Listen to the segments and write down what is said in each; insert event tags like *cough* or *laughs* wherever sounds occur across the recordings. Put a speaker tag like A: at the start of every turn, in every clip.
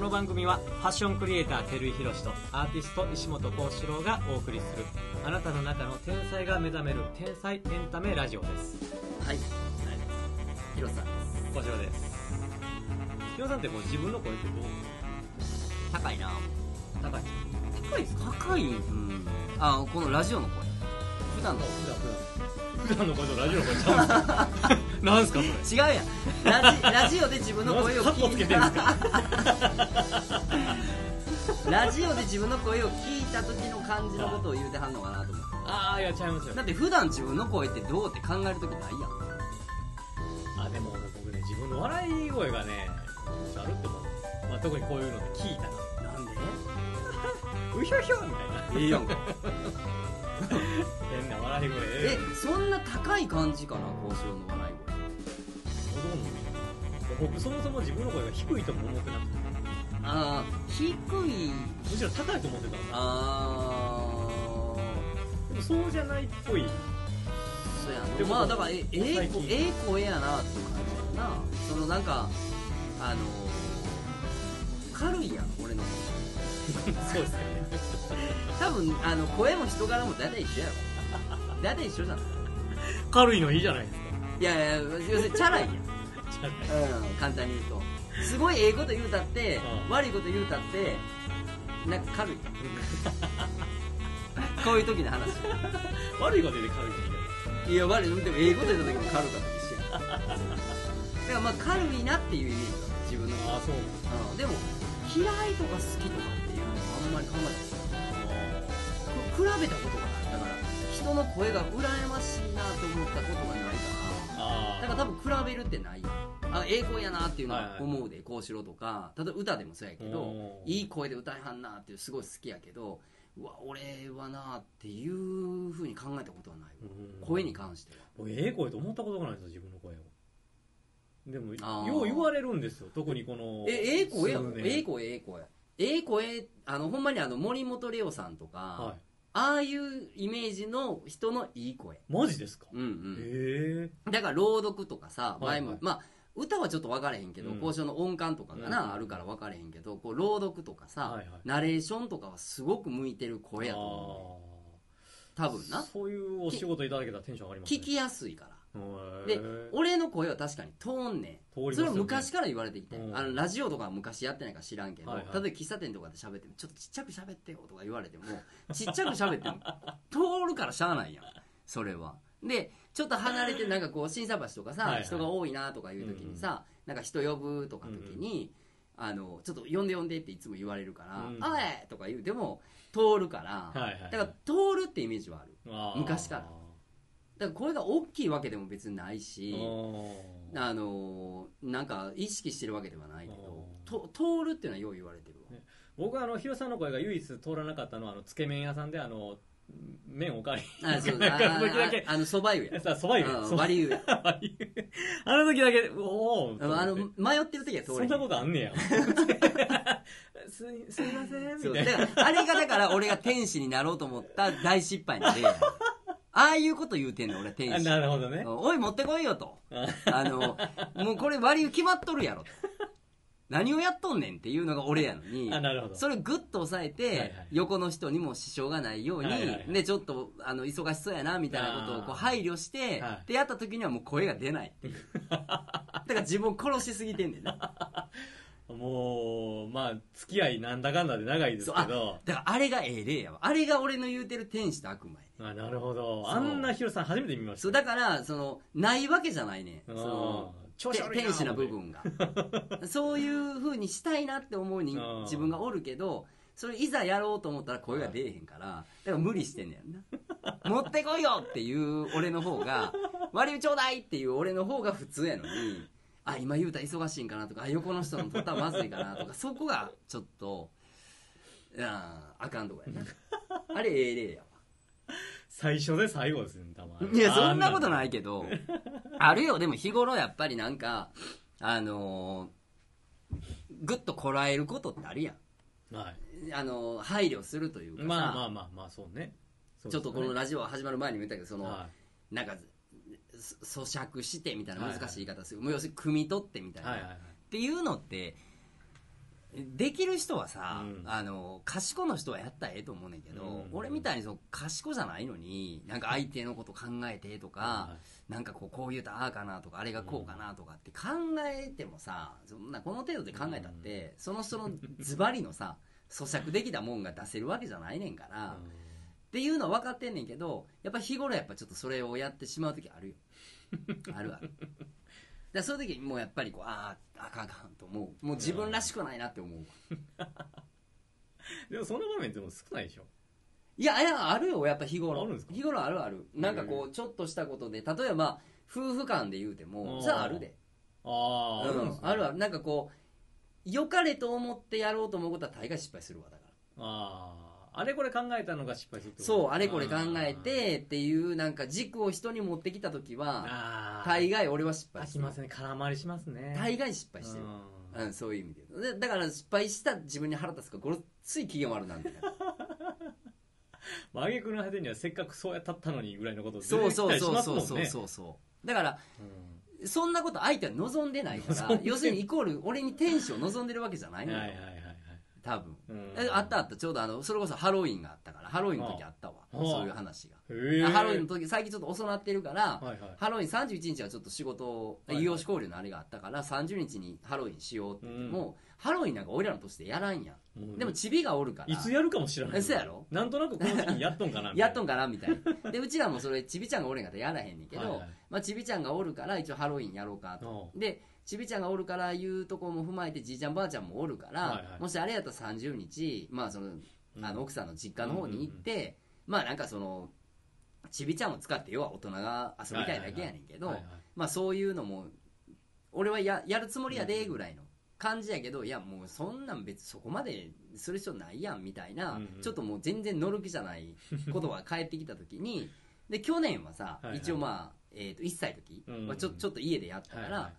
A: ァッションクリエイター照井宏とアーティスト石本幸四郎がお送りするあなたの中の天才が目覚める天才エンタメラジオです
B: はい、はい、広瀬さんです
A: 幸四郎です幸四郎さんってこう自分の声ってどう
B: 高いな
A: 高い
B: 高いです高いうんあこのラジオの声普段の
A: 普段の声とラジオの声ちゃ *laughs* うんですかなんすかそれ
B: 違うやんラ *laughs* ジラジオで自分の声を
A: カッコつ
B: 聞
A: け
B: い
A: てるんです
B: た
A: か
B: ラジオで自分の声を聞いた時の感じのことを言うてはんのかなと思って
A: ああいやちゃいますよ
B: だって普段自分の声ってどうって考える時ないやん
A: あでも僕ね自分の笑い声がねあるって思う、まあ、特にこういうので聞いたら
B: なんで
A: うひょひょみたいな
B: ええやんか
A: 変な笑い声
B: えそんな高い感じかな交渉の笑い声
A: ほとんどね僕そもそも自分の声が低いとも思ってなくて
B: ああ低い
A: むしろ高いと思ってたの
B: あ
A: でもそうじゃないっぽい
B: あそうや
A: で
B: な
A: も
B: まあだからえええ
A: 最近
B: え声やなっていう感じやなそのなんかあの軽いやん俺の声
A: そうですね
B: 多分あの声も人柄も大体一
A: *laughs*
B: 緒やろ大体一緒じゃない
A: 軽いのいいじゃないですか
B: いやいや要するにチャラいやん、
A: じゃあ
B: うん、簡単に言うとすごいええこと言うたって、
A: うん
B: 悪いこと言うたってなんか軽
A: *laughs*
B: いこういう時の話
A: 悪いことで軽いのいいじゃない
B: いや悪いでもええこと言った時も軽かった一緒やんだからまあ軽いなっていうイメージだ自分の、
A: ああそう
B: うん、でも嫌いとか好きとかっていうのはあんまり考えない比べたことがないだから人の声が羨ましいなと思ったことがないか
A: あ
B: ら
A: あ
B: だから多分比べるってないやんあええ声やなっていうの
A: はい
B: は
A: はい
B: 思うでこうしろとか例えば歌でもそうやけど
A: おー
B: いい声で歌いはんなっていうすごい好きやけどうわ俺はなっていうふうに考えたことはないわ
A: うん
B: 声に関しては
A: 僕ええ声と思ったことがないんですよ自分の声をでも
B: あー
A: よう言われるんですよ特にこの
B: えええ声やろ
A: 数年
B: ええ声ええ声ええ声あのほんまにあの森本レオさんとか、
A: はい
B: ああいうイメージの人のいい声
A: マジですか
B: うんうん、
A: え
B: だから朗読とかさ
A: はいは
B: 前
A: い
B: も、まあ歌はちょっと分かれへんけど、
A: うん
B: 交渉の音感とかがな、
A: うん
B: あるから分かれへんけどこう朗読とか
A: え
B: さ、
A: はいはい
B: ナレーションとかはすごく向いてる声やと思うね多分な
A: そういうお仕事いただけたらテンション上がりますね
B: 聞きやすいから
A: へ
B: で
A: ー
B: 俺の声は確かに通んね
A: 通りま
B: ん
A: す
B: そ
A: よ
B: れ
A: ね
B: は昔から言われてきて、
A: うん
B: あのラジオとかは昔やってないから知らんけど、
A: はいはい
B: 例えば喫茶店とかで喋ってもちょっとちっちゃく喋ってよとか言われてもちっちゃく喋っても *laughs* 通るからしゃあないやんそれはでちょっと離れてなんかこう審査橋とかさ、
A: はいはい
B: 人が多いなとかいう時にさ、なんか人呼ぶとか時に、あのちょっと呼んで呼んでっていつも言われるから「
A: うん
B: おい!」とか言うても通るから、
A: はいはいはい
B: だから通るってイメージはある
A: あー
B: 昔からだから声が大きいわけでも別にないし、
A: あー
B: あのーなんか意識してるわけではないけど
A: あー
B: と通るっていうのはよう言われてるわ、
A: ね僕はあのヒロさんの声が唯一通らなかったのはあのつけ麺屋さんであの麺おかわり *laughs*
B: あそうあ
A: なんか時々
B: ああのそば湯や
A: さそば湯
B: うん
A: そば湯
B: 割り湯や
A: あの時だけおお
B: あのあの迷ってる時は通
A: そ
B: れへ
A: ん
B: ん
A: なことあんね
B: *laughs*
A: やすいすいませんみ
B: そう
A: たいな
B: だからあれがだから俺が天使になろうと思った大失敗の
A: *laughs*
B: 例やああいうこと言うてんの俺は
A: *laughs*
B: 天
A: あ
B: 使
A: なるほどね
B: おい持ってこいよとあのもうこれ割り湯決まっとるやろと何をやっとんねんっていうのが俺やのに
A: あなるほど
B: それをグッと抑えて、
A: はいはい
B: 横の人にも支障がないように、
A: はいはいはい
B: でちょっとあの忙しそうやなみたいなことをこう
A: あー
B: 配慮して、
A: はい
B: でやった時にはもう声が出ないっていう
A: *laughs*
B: だから自分を殺しすぎてんねんな
A: もうまあ付き合いなんだかんだで長いです
B: そう
A: け
B: あ
A: ど
B: だからあれがええ例やわあれが俺の言うてる天使と悪魔やね
A: あなるほど
B: そう
A: あんなヒロさん初めて見ました
B: そうだからそのないわけじゃないねんその
A: うん調子
B: て
A: 悪い
B: 天使な部分が
A: *laughs*
B: そういうふうにしたいなって思うに
A: うん
B: 自分がおるけどそれいざやろうと思ったら声が出えへん
A: *laughs*
B: からだから無理してんねやんな持ってこいよっていう俺の方が
A: *laughs*
B: 割り打ちょうだいっていう俺の方が普通やのにあ今言うたら忙しいんかなとかあ横の人のとったらまずいかなとかそこがちょっとああかんとこやなあれええ例やわ
A: 最初で最後ですねたまに
B: いや、そんなことないいけど、あるよ、でも日頃やっぱりなんか、あのーぐっとこらえることってあるやん。
A: はい
B: あのー配慮するというかさ、
A: まあまあまあまあそうね
B: ちょっとこの
A: ラ
B: ラジオ始まる前にも言ったけど、そ
A: ジ
B: の、
A: は
B: なんか、そ咀嚼してみたいな
A: はいはい
B: 難しい言い方する。もう要するに、汲み取ってみた
A: い
B: いな。
A: はいはいはい
B: っていうのって、できる人はさ、
A: うん
B: あの賢の人はやったらええと思うねんけど、
A: うん
B: 俺みたいにその賢じゃないのになんか相手のこと考えてとか、なんかこうこう言うたらああかなとかあれがこうかなとかって考えてもさそんなこの程度で考えたって、その人のズバリのさ咀嚼できたもんが出せるわけじゃないねんから、
A: うん
B: っていうのは分かってんねんけどやっぱ日頃やっぱちょっとそれをやってしまう時ある
A: *laughs*
B: よあるあるだからそういう時にもうやっぱりこうあああかんあかんと思うもう自分らしくないなって思うわ
A: でもその場面でも少ないでしょ
B: いやいやあるよやっぱ日頃
A: あるんですか
B: 日頃あるあるなんかこうちょっとしたことで例えば夫婦間で言うて
A: あ
B: も
A: ー
B: さああるで
A: ああ、
B: うんあるあ
A: る
B: るなんかこう良かれと思ってやろうと思うことは大概失敗するわだから
A: あああれこれ考えたのが失敗するってこと
B: そうあれこれ考えてっていうなんか軸を人に持ってきた時は
A: ああ
B: 大概俺は失敗
A: あ
B: す
A: き
B: る
A: ますね空回りしますね
B: 大概失敗してる
A: うん
B: うん、そういう意味で言うとでだから失敗した自分に腹立つからごろっつい機嫌悪なんだよ
A: まあ挙句の果てにはせっかくそうやったったのにぐらいのこと
B: *laughs* そう
A: 出てき
B: そ
A: た
B: う
A: りし
B: そう
A: ます
B: そ
A: も
B: うんそう
A: ね
B: そうそうだから
A: うん
B: そんなこと相手は望んでない *laughs* か
A: 望ん
B: ら
A: で
B: 要するにイコール俺に天使を望んでるわけじゃないのよ、
A: はいはいはいはい
B: 多分、
A: うん
B: えあったあったちょうどあのそれこそハロウィンがあったからハロウィンの時あったわ
A: ああ
B: そういう話が、
A: へえ
B: ハロウィンの時最近ちょっと遅なってるから、
A: はいはい
B: ハロウィン31日はちょっと仕事を
A: はいはい
B: 有用志考慮のあれがあったから30日にハロウィンしようって言っても、ハロウィンなんか俺らの年でやらんやん
A: うん
B: でもチビがおるから
A: いつやるかも知らない
B: えそうやろ
A: なんとなくこの時にやっとんかなみた
B: *laughs* や
A: い
B: っとんかなみたいな。で、うちらもそれ、ちびちゃんがおるんかったらやらへんねんけど、
A: はいはい
B: まあ、ちびちゃんがおるから、一応ハロウィンやろうかと。
A: な
B: で、ちびちゃんがおるからいうとこも踏まえて、じいちゃんばあちゃんもおるから、
A: はいはい
B: もしあれやったら30日、まあ、その、
A: うん
B: あの、奥さんの実家の方に行って、まあ、なんかその、ちびちゃんを使って、要は大人が遊びたいだけやねんけど、
A: はいはい
B: まあ、そういうのも、俺はややるつもりやで、ぐらいの。感じやけどいやもうそんなん別にそこまでする必要ないやんみたいな、
A: うんうん
B: ちょっともう全然乗る気じゃないことが返ってきた時にで去年はさ
A: はいはい
B: 一応まあ、えー、と1歳の時
A: うんうん
B: はちょちょっと家でやったから、
A: はいは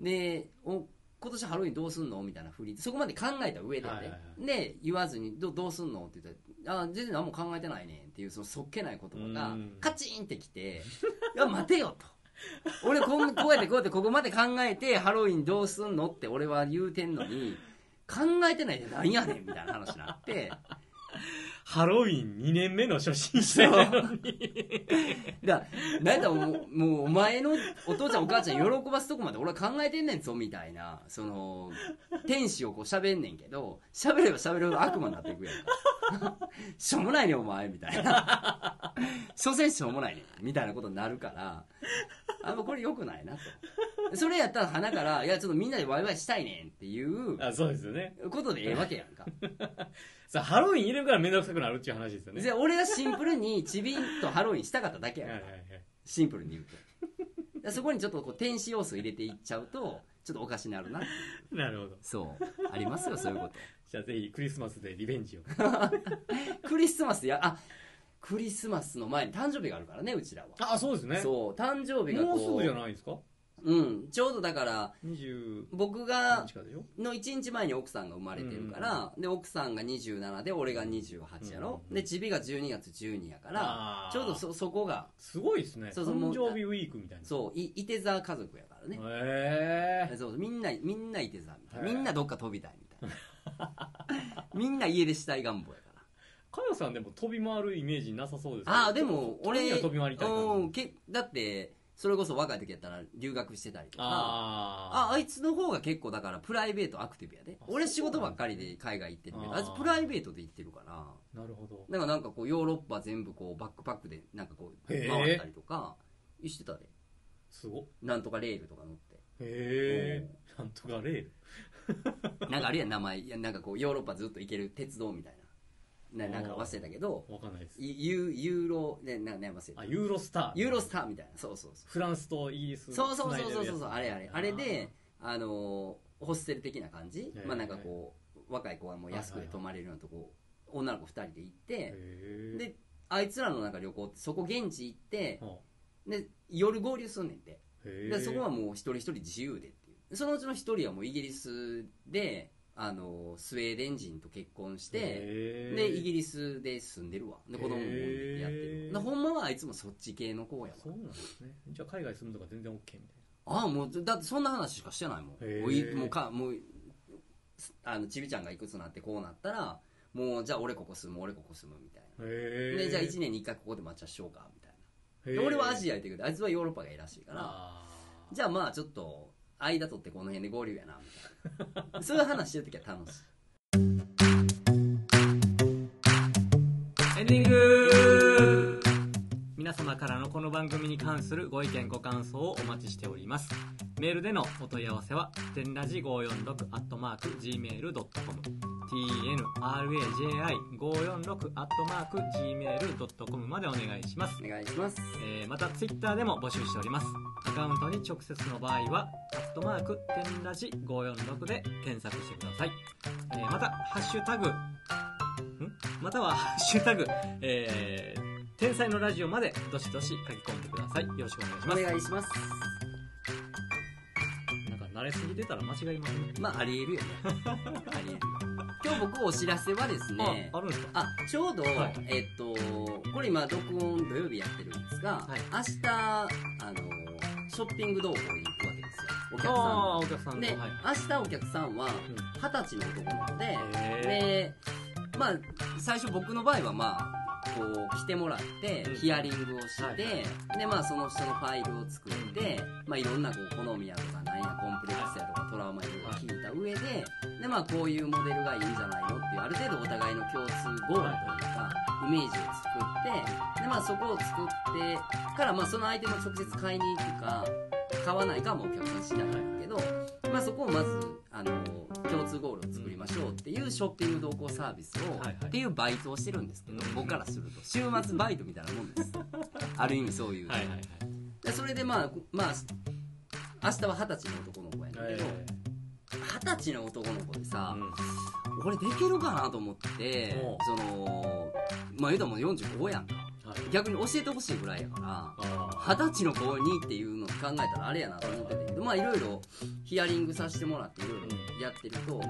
B: でお今年ハロウィンどうすんのみたいなふりそこまで考えた上でね、
A: はいはいはい
B: で言わずにどどうすんのって言ったらあ全然何も考えてないねんっていうそのそっけない言葉が
A: うん
B: カチンってきて「いや待てよ」と。俺こんこうやってこうやってここまで考えてハロウィンどうすんのって俺は言うてんのに考えてないでなんやねんみたいな話になって
A: ハロウィン2年目の初心者やのに
B: だからなんだもうもうお前のお父ちゃんお母ちゃん喜ばすとこまで俺は考えてんねんぞみたいなその天使をこう喋んねんけど喋れば喋るほど悪魔になっていくやんかしょうもないねお前みたいな所詮しょうもないねみたいなことになるからあんまこれよくないなとそれやったら花から「いやちょっとみんなでワイワイしたいねん」っていう
A: あそうですよね
B: ことでええわけやんか
A: さあハロウィン入れるから面倒くさくなるっていう話ですよね
B: じゃあ俺がシンプルにチビとハロウィンしたかっただけやん
A: はい
B: か
A: はいはい
B: シンプルに言うとだからそこにちょっとこう天使要素入れていっちゃうとちょっとおかしになるなっていう
A: なるほど
B: そうありますよそういうこ
A: じゃあぜひクリスマスでリベンジを
B: とクリスマスやあクリスマスの前に誕生日があるからねうちらは、
A: あそうですね
B: そう誕生日がこ
A: も
B: う
A: うすぐじゃないですか
B: うんちょうどだから
A: 20
B: 僕
A: 何
B: が
A: 日かでしょ
B: の1日前に奥さんが生まれてるから、で奥さんが27で俺が28やろ、
A: うん
B: でチビが12月12やから
A: あー
B: ちょうどそそこが
A: すごいですね
B: そうそうもう
A: 誕生日ウィークみたいな
B: そういいて座家族やからね
A: へえ
B: そうみんなみんないて座みたいな
A: へ
B: み
A: え
B: んなどっか飛びたいみたいな *laughs* みんな家出したい願望やから
A: かよさんでも飛び回るイメージなさそうですけど
B: ああでも俺
A: には飛び回りたい感じ
B: うんけだってそれこそ若い時やったら留学してたりとかあ
A: あ
B: あいつの方が結構だからプライベートアクティブやで
A: あ
B: 俺仕
A: そうなんだ
B: 事ばっかりで海外行ってるけど
A: あー
B: あいつプライベートで行ってるから
A: あなるほど
B: だからなんかこうヨーロッパ全部こうバックパックでなんかこう
A: へえ
B: 回ったりとかしてたです
A: ごっ
B: なんとかレールとか乗って
A: へえなんとかレール
B: *laughs* なんかあるやん名前いやなんかこうヨーロッパずっと行ける鉄道みたいなななんか忘れたけど
A: わかんないです
B: いユユーロねなね忘れた
A: あユーロスター
B: ユーロスターみたいなそうそうそ
A: フランスとイギリス
B: うそうそうそうそうそう
A: つ
B: そう
A: な
B: あ
A: いで
B: れ
A: るやつ
B: あれあれであのーホステル的な感じ
A: へー
B: まあなんかこう若い子がもう安く
A: は
B: で
A: いはいはい
B: 泊まれるようなとこ女の子2人で行っ
A: あー
B: て
A: へえ
B: であいつらのなんか旅行ってそこ現地行って
A: は
B: で夜合流すんねんて
A: あへえ
B: でそこはもう一人一人自由でっていうそのうちの一人はもうイギリスであのスウェーデン人と結婚して
A: へえ
B: でイギリスで住んでるわで子供も産んでてやって
A: へ
B: る
A: ー
B: わでほんまはいつもそっち系の子やわ
A: そうなんですねじゃあ海外住むとか全然 OK みたいな
B: ああもうだってそんな話しかしてないもん
A: へー
B: もういもうかもうあのちびちゃんがいくつになってこうなったらもうじゃあ俺ここ住む俺ここ住むみたいな、
A: へ
B: でじゃあ1
A: 年
B: 年に1回ここで抹茶しようかみたいなで俺はアジア行ってくるあいつはヨーロッパがいいらしいからじゃあまあちょっと間取ってこの辺で合流やなみたいな *laughs* そういう話してる時は楽しい
A: エンディング皆様からのこの番組に関するご意見ご感想をお待ちしておりますメールでのお問い合わせは「天ラジ546」「@gmail.com」tnraji546 gmail.com までお願いします
B: お願いします
A: えーまたツイッターでも募集しておりますアカウントに直接の場合は「アットマーク天ラジ546」で検索してください、えーまた「ハッシュタグ」んまたは「ハッシュタグ、えー天才のラジオ」までどしどし書き込んでくださいよろしくお願いし
B: お
A: ます
B: 願いします
A: なんか慣れすぎてたら間違いませんね
B: まあありえる
A: *laughs*
B: よねありえる今日僕お知らせはですね
A: ああるんですか
B: あちょうど、
A: はい
B: えっとこれ今録音土曜日やってるんですが、
A: はい
B: 明日あのショッピング同行に行くわけですよお客
A: ああ
B: さ
A: お客さ
B: ん
A: ん
B: で
A: の
B: で、
A: はい
B: 明日お客さんは二十歳の男なので、
A: へ
B: でまあ最初僕の場合はまあこう来てもらって
A: うん
B: ヒアリングをして、
A: はい
B: でまあその人のファイルを作って、まあいろんなこう好みやとかなんやコンプレックスやとかトラウマいろいろ聞いた上で、でまあこういうモデルがいいんじゃないのっていうある程度お互いの共通ゴールというかイメージを作ってでまあそこを作ってからまあそのアイテムを直接買いに行くか買わないかはもうお客さん次第だけど、まあ、そこをまずあの共通ゴールを作りましょうっていうショッピング同行サービスを、
A: はいはい
B: っていうバイトをしてるんですけど、
A: うん
B: 僕からすると週末バイトみたいなも
A: *laughs*
B: んですある意味そういう、
A: はいはいはい
B: でそれでまあ、まあ、明日は二十歳の男の子やねんけど
A: え
B: 二十、歳の男の子で
A: ー
B: さ、
A: うん
B: 俺できるかなと思って
A: おう
B: そのまあ言うたらもう45やんか
A: はい
B: 逆に教えてほしいぐらいやから
A: あ
B: 二十歳の子にっていうのを考えたらあれやなと思ってたけどまあいろいろヒアリングさせてもらっていろいろやってるとも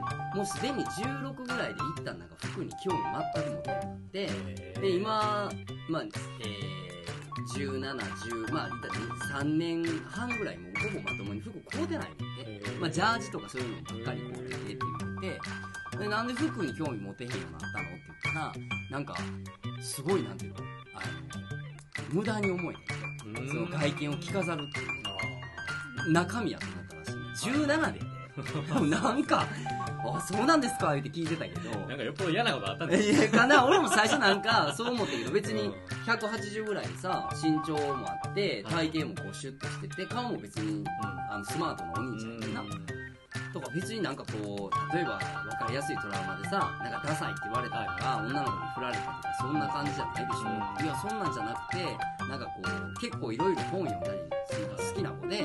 B: うすでに16ぐらいで一旦なんか服に興味全く持ってなくて
A: ー
B: で今まあえー、1710まあ言ったら3年半ぐらいもうほぼまともに服買うてないので、
A: へー
B: まあ、ジャージとかそういうのばっかり買うててって言ってでなんで服に興味持てへんようになったのって言ったらなんかすごいなんていうのあの無駄に重いね
A: うん
B: その外見を着飾るっていう中身やと思ったらしい17で、
A: *laughs*
B: でもなんか「あそうなんですか」って聞いてたけど
A: なんかよっぽど嫌なことあったんです
B: いやかな俺も最初な
A: *laughs*
B: んかそう思ったけど別
A: う
B: に
A: ん
B: 180ぐらいでさ身長もあって
A: はい
B: 体型もこうシュッとしてて顔も別にあのスマートなお兄ちゃんやなとか別になんかこう例えば分かりやすいトラウマでさなんかダサいって言われたとか女の子に振られたとかそんな感じじゃないでしょいやそんなんじゃなくてなんかこう結構いろいろ本読んだりするのが好きな子で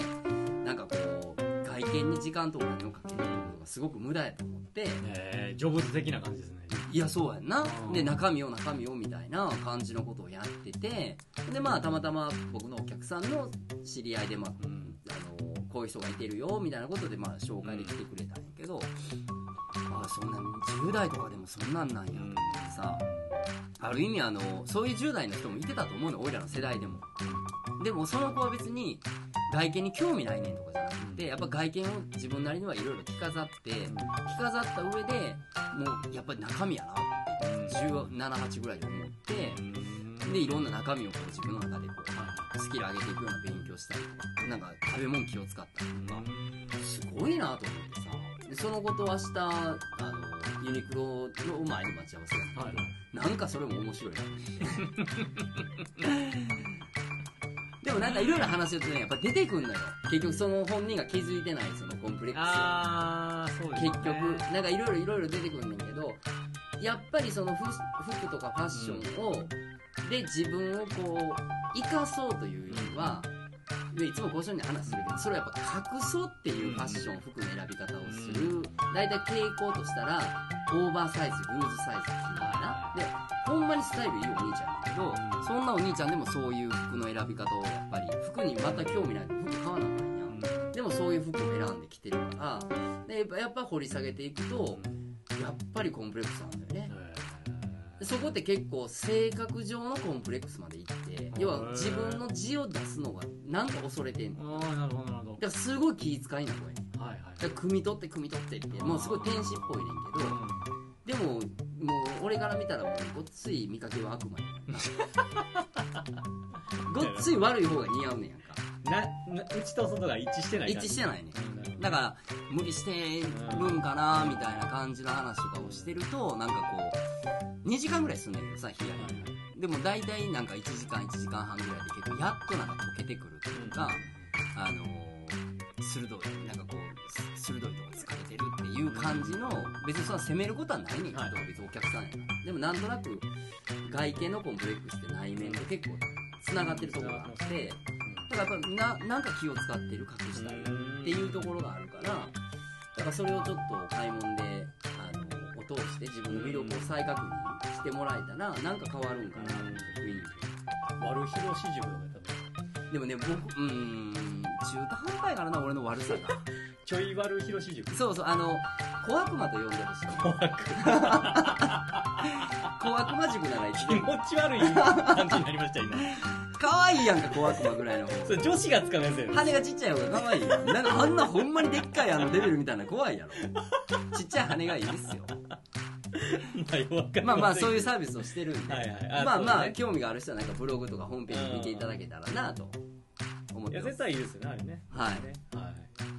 B: なんかこう外見に時間とお金をかけるのがすごく無駄やと思って。
A: えー、ジョブズ的な感じですね。
B: いやそうやんな
A: うん
B: で中身を中身をみたいな感じのことをやっててでまあたまたま僕のお客さんの知り合いで、まあ、
A: うん。
B: あのこういう人がいてるよみたいなことでまあ紹介で来てくれたんやけど、ああそんな10代とかでもそんなんなんやと思ってさある意味あのそういう10代の人もいてたと思うの俺らの世代でもでもその子は別に外見に興味ないねんとかじゃなくてやっぱ外見を自分なりにはいろいろ着飾って着飾った上でもうやっぱり中身やなって178ぐらいで思ってでいろんな中身をこう自分の中でこうスキル上げていくような勉強したりとかなんか食べ物気を使ったりとかすごいなと思ってさでそのこと明日あのユニクロの前に待ち合わせだったけど、
A: は
B: なんかそれも面白いな *laughs* でもなんかいろいろ話してるとねやっぱ出てくんのよ結局その本人が気づいてないそのコンプレックスを
A: ああ、そうですね。
B: 結局なんかいろいろいろいろ出てくるんだけどやっぱりその服服とかファッションを、で自分をこう生かそうというよりは、でいつもご一緒に話するけどそれはやっぱ隠そうっていうファッション、服の選び方をする大体傾向としたらオーバーサイズルーズサイズ着ながらでほんまにスタイルいいお兄ちゃんだけど、
A: うん
B: そんなお兄ちゃんでもそういう服の選び方をやっぱり服にまた興味ないと服買わなあかんやんでもそういう服を選んできてるからでやっぱやっぱ掘り下げていくとやっぱりコンプレックスなんだよねでそこって結構性格上のコンプレックスまでいって要は自分の字を出すのがなんか恐れてんの
A: ああ、なるほど、なるほ
B: だからすごい気遣いな子やね
A: ど。はいはい
B: だから汲み取って汲み取ってってもうすごい天使っぽいねんけどでももう俺から見たらもうごっつい見かけは悪魔やんごっつい悪い方が似合うねんやんか
A: なな内と外が一致してない
B: 一致してないね
A: うん
B: だから無理してるんかなみたいな感じの話とかをしてるとなんかこう2時間ぐらいすんねんけどさ日帰
A: はいはい
B: りでも大体なんか1時間1時間半ぐらいで結構やっとなんか溶けてくるっていうか、あのー鋭いなんかこうす鋭いとこ疲れてるっていう感じの別にそんな責めることはないねんけど、
A: はい
B: 別にお客さんやからでもなんとなく外見のコンプレックスって内面と結構つながってるところがあってだからやっぱななんか気を使ってる隠したい
A: うん
B: っていうところがあるからだからそれをちょっと買い物であのを通して自分の魅力を再確認してもらえたらなんか変わるんかな雰囲
A: 悪広し塾とか多分
B: 気でもね僕うーん中途半端やからな俺の悪さ *laughs* が
A: ちょい悪広し塾
B: そうそうあの小悪魔と呼んでほしい
A: 怖く
B: 小悪魔塾なら一 *laughs*
A: 気
B: 番
A: 持ち悪い感じになりました今
B: 可愛いやんか小悪魔ぐらいの方
A: それ女子が使うやつやね
B: 羽がちっちゃい方が可愛いよなんかあんなほんまにでっかいあのレベルみたいな怖 *laughs* いやろちっちゃい羽がいいですよ
A: まあよくわかり
B: まあまあ
A: せんけ
B: *laughs* そう
A: ど
B: いうサービスをしてるんで、
A: はいはい
B: まあま
A: そう
B: あ
A: ね
B: 興味がある人はなんかブログとかホームページ見ていただけたらなと思っ
A: い
B: て
A: や
B: ま
A: 絶
B: す
A: 対いいですよねあれね
B: はい
A: ねはい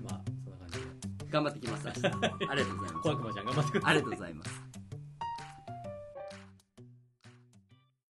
A: まあそんな感じで
B: 頑張ってきます明日ありがとうございます
A: 小悪魔ちゃん頑張ってください
B: ありがとうございます